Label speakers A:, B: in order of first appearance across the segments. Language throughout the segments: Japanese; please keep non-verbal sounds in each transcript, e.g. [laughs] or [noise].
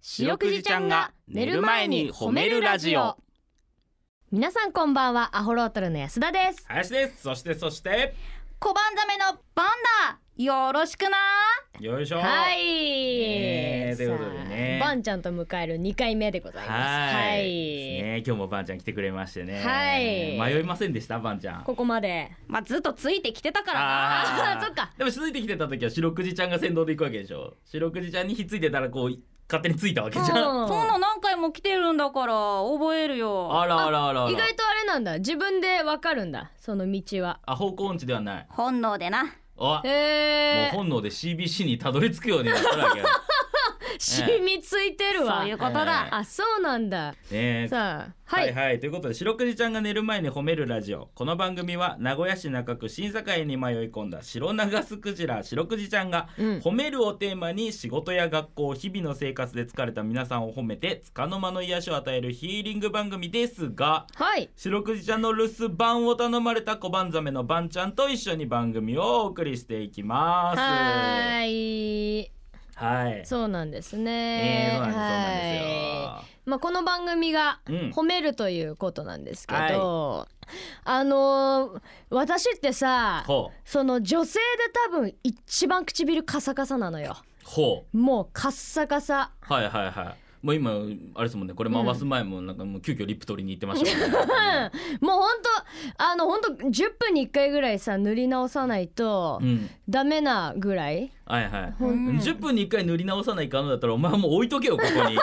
A: 白くじちゃんが寝る前に褒めるラジオ
B: 皆さんこんばんはアホロートルの安田です
A: 林ですそしてそして
C: 小判ザメのバンダよろしくな
A: よいしょ
B: はい、
A: えーということでね
B: さあバンちゃんと迎える二回目でございます
A: は
B: はいい、
A: ですね今日もばんちゃん来てくれましてね
B: はい
A: 迷いませんでしたばんちゃん
B: ここまで
C: まあずっとついてきてたからな
A: あー
B: [laughs] そっか
A: でも続いてきてた時は白くじちゃんが先導で行くわけでしょ白くじちゃんにひっついてたらこう勝手についたわけじゃん
B: うん
C: そんな何回も来てるんだから覚えるよ
A: あらあらあらあ
B: 意
A: ら
B: 外とあれなんだ自分でわかるんだその道は
A: あ方向音痴ではない
C: 本能でな
A: あもう
B: えー、
A: 本能で CBC にたどり着くようになったわけよね
B: 染みついてるわ
C: そういうことだ、
B: あそうなんだ
A: え
B: さあは、
A: はいいはいということで白くじちゃんが寝る前に褒めるラジオこの番組は名古屋市中区新栄に迷い込んだ白長スクジラ白くじちゃんが
B: うん
A: 褒めるをテーマに仕事や学校日々の生活で疲れた皆さんを褒めて束の間の癒しを与えるヒーリング番組ですが
B: はい
A: 白くじちゃんの留守番を頼まれた小判ザメの番ちゃんと一緒に番組をお送りしていきます
B: はーい
A: はい
B: そうなんですね
A: えー、そうなんですそう
B: は
A: なん
B: い
A: ですよ
B: まあ、この番組が
A: うん
B: 褒めるということなんですけど、あのー私ってさ
A: ほう
B: その女性で多分一番唇カサカサなのよ
A: ほう
B: もうカッサカサ
A: はいはいはい。もう今あれですもんね。これ回す前もなんかもう急遽リップ取りに行ってましたもんね。
B: もうほんとあのほんと10分に1回ぐらいさ塗り直さないと
A: うん。
B: ダメなぐらい、 [laughs]
A: はいはい。
C: うん
A: 10分に1回塗り直さないかんのだったらお前はもう置いとけよここに。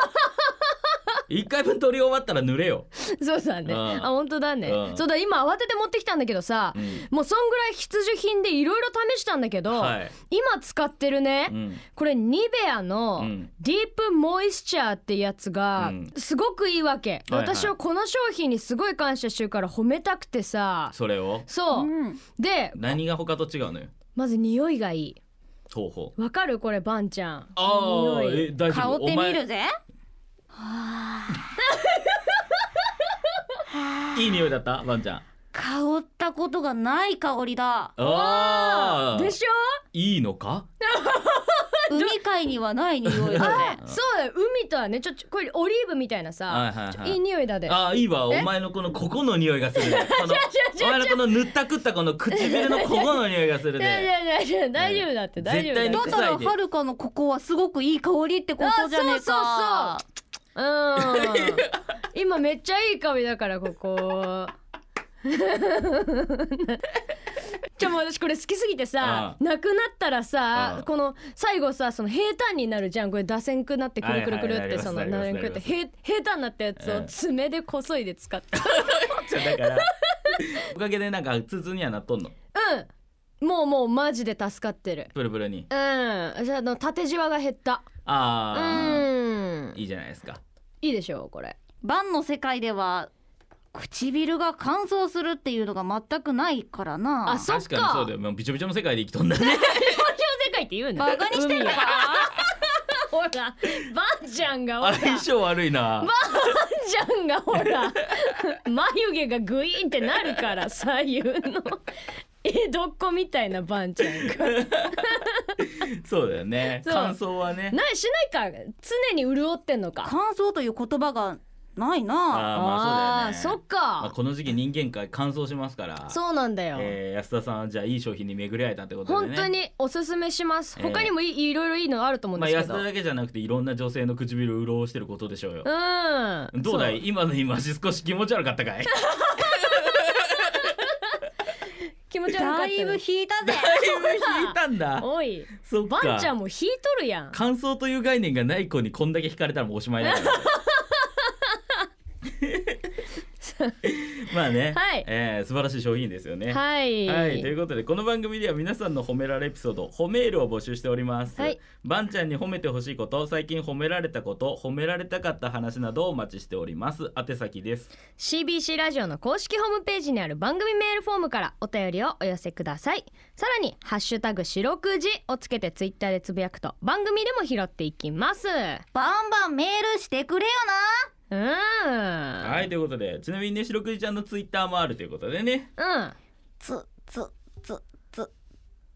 A: 1回分取り終わったら塗れよ。
B: そうだね、
A: うん
B: あ本当だね、
A: うん
B: そうだ今慌てて持ってきたんだけどさ、
A: うん
B: もうそんぐらい必需品でいろいろ試したんだけど、
A: はい。
B: 今使ってるね、
A: うん。
B: これニベア
A: う
B: の
A: ん
B: ディープモイスチャーってやつが
A: うん
B: すごくいいわけ、
A: はいはい
B: 私はこの商品にすごい感謝してるから褒めたくてさ
A: それを
B: そう、
C: うん
B: で
A: 何が他と違うのよ。
B: まず匂いがいい
A: 方法。
B: わかるこれバンちゃん
A: ああ
B: 匂い
A: え大丈
C: 香
A: 夫。
C: って
A: お
C: みる
A: 前
C: ぜ
A: いい匂いだったワンちゃん。
C: 香ったことがない香
A: [laughs]
C: りだ
A: ああ
B: でしょ
A: いいのか。
C: 海海にはない匂いだね
B: そうだよ海とはねちょちょこれオリーブみたいなさ、
A: はいはいはい
B: ちょいい匂いだで
A: あーいいわお前のこのここの匂いがするねこのお前のこの塗ったくったこの唇のここの匂いがする
B: いやい
A: ね
B: やいやいや大丈夫だって大丈夫だっ
A: 絶対に
B: て
C: だからはるかのここはすごくいい香りってことじゃねえ
B: あ
C: か
B: うん今めっちゃいい香りだからここちょもう私これ好きすぎてさ
A: う
B: なくなったら
A: うん
B: さこの最後さその平坦になるじゃんこれ打線くなってくるくるくる
A: は
B: っ
A: いはい
B: て
A: はい
B: その
A: なります
B: なるくるって
A: な
B: 平平坦になったやつ
A: う
B: を
A: ん
B: 爪でこそいで使って
A: じゃだからおかげでなんか筒にはなっとんの
B: うんもうもうマジで助かってる
A: プルプルに
B: うん私あの縦じわが減ったう
A: ああ
B: ん
A: いいじゃないですか
B: いいでしょうこれ
C: バンの世界では唇が乾燥するっていうのが全くないからな
B: あそっか
A: 確かにそうだよもうびちょびちょの世界で生きとんだね
B: こっちの世界って言うんだ
C: バカにしてんのか
B: ほら、ばんちゃんがほら、ばんち
A: 相性悪いな
B: ゃんがほら、眉毛がグイーンってなるから左右の江戸っ子みたいなばんちゃ
A: [laughs]
B: んが。
A: そうだよね
B: そう
A: 感想はね
B: ないしないか、常に潤ってんのか。
C: 乾燥という言葉がないな
A: あーまあそうだよ
B: あーそ
A: ね
B: っ
A: まあ
B: か。
A: この時期人間界乾燥しますから
B: そうなんだよ。
A: えー安田さんはじゃあいい商品に巡り合えたってことでね
B: 本当におすすめします。
A: えー
B: 他にもいいいろいろいいのあると思うん
A: ま
B: で
A: あ
B: すけ
A: 安
B: ど。
A: 田だけじゃなくていろんな女性の唇を潤してることでしょうよ
B: うん。
A: どうだい
B: そ
A: 今の今少し気持ち悪かった
B: [laughs]
A: かい
B: 気持ち悪かった
C: だ
B: ね
C: いぶ引いたぜ
A: だいぶ [laughs] 引いたんだ
B: おい、
A: そっか
B: ばんちゃんも引いとるやん。
A: 感想という概念がない子にこんだけ引かれたらもうおしまいだ
B: [laughs]
A: からまあね、
B: はい
A: えー素晴らしい商品ですよね
B: はい。
A: はい、ということでこの番組では皆さんの褒められエピソード褒めールを募集しております、
B: はい
A: ばんちゃんに褒めてほしいこと最近褒められたこと褒められたかった話などをお待ちしております宛先です
B: CBC ラジオの公式ホームページにある番組メールフォームからお便りをお寄せくださいさらに「ハッシュタグ白くじ」をつけてツイッターでつぶやくと番組でも拾っていきますう
C: バンバンメールしてくれよ
B: ーん
A: は
B: はい
A: ということでちなみにね白くじちゃんのツイッターもあるということでね
B: うん
C: なつつつつ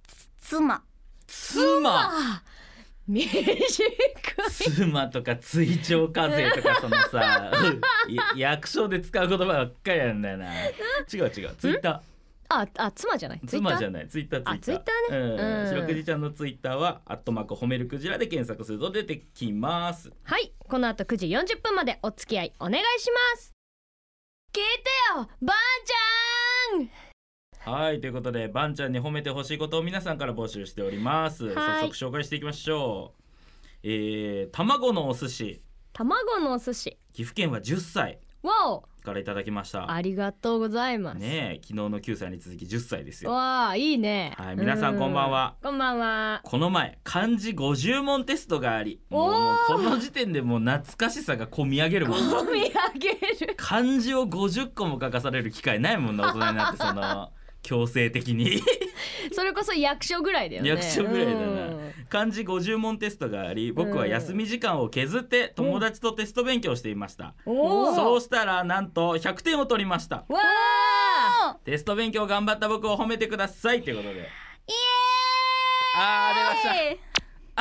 C: つ妻
A: 妻
B: あ短い
A: 妻とか追徴課税とかその [laughs] さい役所で使う言葉ばっかりなんだよな違う違うツイッタ
B: ああ妻じゃない
A: ー妻じ
B: ない
A: ゃないツイッター
B: あ
A: ツイッター
B: ツイッターね
A: うん
B: うん
A: しろくじちゃんのツイッターは「アットマーク褒めるクジラ」で検索すると出てきます
B: はいこの後9時40分までお付き合いお願いします聞いてよばあち
A: はいということでばんちゃんに褒めてほしいことを皆さんから募集しております
B: は
A: 早
B: い
A: 速紹介していきましょうえー、卵のお寿司
B: ゃん卵のお寿司
A: 岐阜県は10歳
B: わお
A: からいただきました
B: ありがとうございます、
A: ねえ昨日の9歳に続き10歳ですよ
B: わあいいね
A: はい皆さんこんばんは
B: うこんば
A: [laughs]
B: んは
A: この前漢字50問テストがありもう
B: おー
A: もうこの時点でもう懐かしさがこみ上げるもん
B: 込み上げる
A: 漢字を50個も書かされる機会ないもんな大人になってその強制的に
B: それこそ役所ぐらいだよね
A: 役所ぐらいだな
B: うん
A: 漢字50問テストがあり僕は休み時間を削って友達とテスト勉強していました
B: おお
A: そうしたらなんと100点を取りました
B: わあ
A: テスト勉強頑張った僕を褒めてくださいということでイエーイあー出ました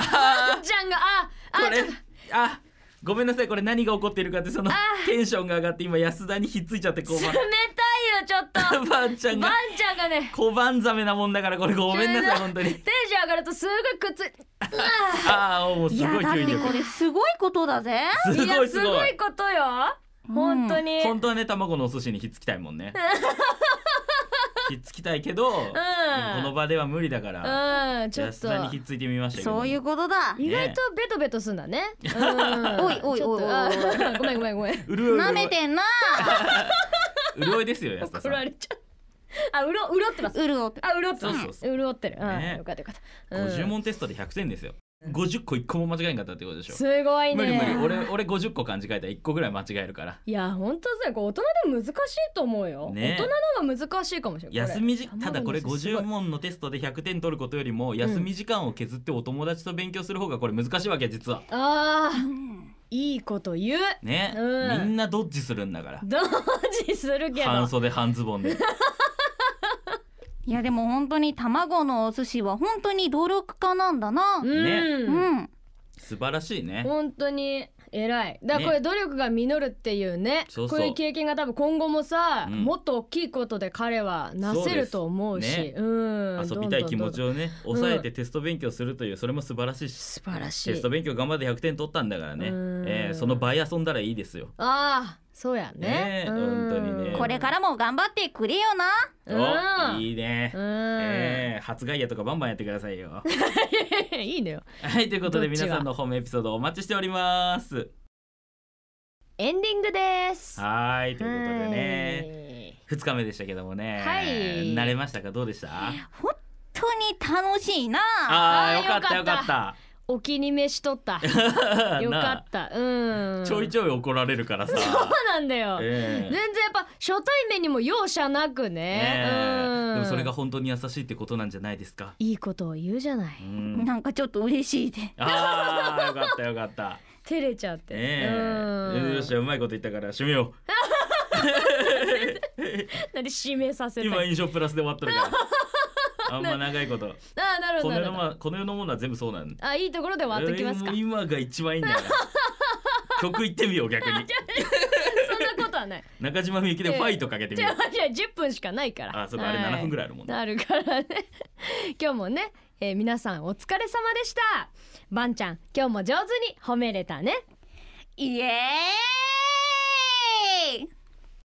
A: あー
B: ちゃんがああ
A: これ
B: ちょっと
A: あごめんなさいこれ何が起こっているかってそのテンションが上がって今安田にひっついちゃってこう
B: 冷たいよちょっと
A: ばあちゃん
B: ば
A: が
B: んちゃんがね
A: 小判ザメなもんだからこれごめんなさい
B: ごめ
A: 本当に
B: テンション上がるとすごいくっつい
A: ああもうす
C: いや
A: ごい
C: だっ
A: 勢
C: て
A: いで
C: これすごいことだぜ
A: す
B: い
A: ご
B: や
A: いす
B: す
A: ご
B: ご
A: い
B: いことよ本当に
A: 本当はね卵のお寿司にひっつきたいもんねひっつきたいけど、でもこの場では無理だから、
B: うんちょっ
A: 安
B: と
A: 田にひっついてみましたけど
C: そういうことだ
B: 意外とベトベトすんだねうん
A: [laughs]
C: おいおい
B: ちょっ
C: おいおい
B: とあーごめんごめんごめん
A: うるおいうるお
C: ないめてんな
A: 潤いですよ安田さ
B: 怒
A: ん
B: られちゃうあうろうろってます
C: うるおって
B: あうろってま
A: そう
B: す
A: そうそう
B: うろってるうん
A: ね
B: よかったよかったうん
A: 50問テストで100点ですよ50個1個も間違えんかったってことでしょ
B: すごいね
A: 無理無理俺俺50個漢字書いたら1個ぐらい間違えるから
B: いや本当さこれ大人でも難しいと思うよ、
A: ね
B: 大人の方が難しいかもしれない
A: 休みじ
B: これ
A: ただこれ
B: 卵の寿司すご
A: 50
B: い
A: 問のテストで100点取ることよりも休み時間を削ってお友達と勉強する方がこれ難しいわけ実は
B: あーいいこと言う
A: ね、
B: うん
A: みんなドッジするんだから
B: 同時するけど
A: 半袖半ズボンで
C: いやでも本当に卵のお寿司は本当に努力家なんだな
B: うん、
A: ね
C: うん
A: 素晴らしいね
B: 本当に偉いだからこれ努力が実るっていうね
A: そうそう
B: こういう経験が多分今後もさ、
A: うん
B: もっと大きいことで彼はなせると思うし
A: そうですね
B: うん
A: 遊びたい気持ち
B: を
A: をね抑えてテスト勉強するというそれも素晴らしいし
B: 素晴らし
A: テス
B: い
A: ト勉強頑張って100点取ったんだからね
B: うん、
A: えーその倍遊んだらいいですよ
B: ああそうやね
A: ね本当にね
C: これからも頑張ってくれよな
B: うん
A: おいいね
B: うん、
A: えー発害やとかバンバンやってくださいよ
B: [laughs] いいのよ
A: はいということで
B: どっちが
A: 皆さんのホームエピソードお待ちしております
B: エンディングです
A: はーいということでね
B: はい
A: 2日目でしたけどもね、
B: はい
A: 慣れましたかどうでした
C: 本当に楽しいな
A: あ
B: あ
A: ー
B: ー
A: よかったよ
B: よか
A: か
B: っ
A: った
B: お気に召しとったよ
A: [laughs]
B: か
A: な
B: っ、たうん
A: ちょいちょい怒られるからさ、
B: そうなんだよ、
A: え
B: 全然やっぱ初対面にも容赦なく
A: え
B: ね、
A: え
B: う
A: え
B: ん
A: でもそれが本当に優しいってことなんじゃないですか、
B: いいことを言うじゃない
A: うん、
B: [laughs]
C: なんかちょっと嬉しいで
A: あーよかったよかった
B: 照れちゃって、
A: ええ
B: うん
A: よっしゃうまいこと言ったから締めよ
B: なんで締めさ
A: う
B: せた
A: 今
B: い
A: 印象プラスで終わっとるから
B: [laughs]
A: あんま長いこと
B: ああなるほ
A: この
B: ど
A: 世
B: なる
A: の,、
B: ほど
A: ま、この世のものは全部そうなん
B: あいいところで終わっときますか、
A: えーもう今が一番いいんだよ
B: [laughs]
A: 曲行ってみよう逆に
B: そんなことはない
A: 中島みゆきでファイトかけてみ
B: じ
A: よ
B: ゃ
A: う、
B: あじゃあ10分しかないから
A: あそうかあれ7分ぐらいあるもんね
B: なるからね [laughs] 今日もね、えー皆さんお疲れ様でしたばんちゃん今日も上手に褒めれたね
C: イエーイ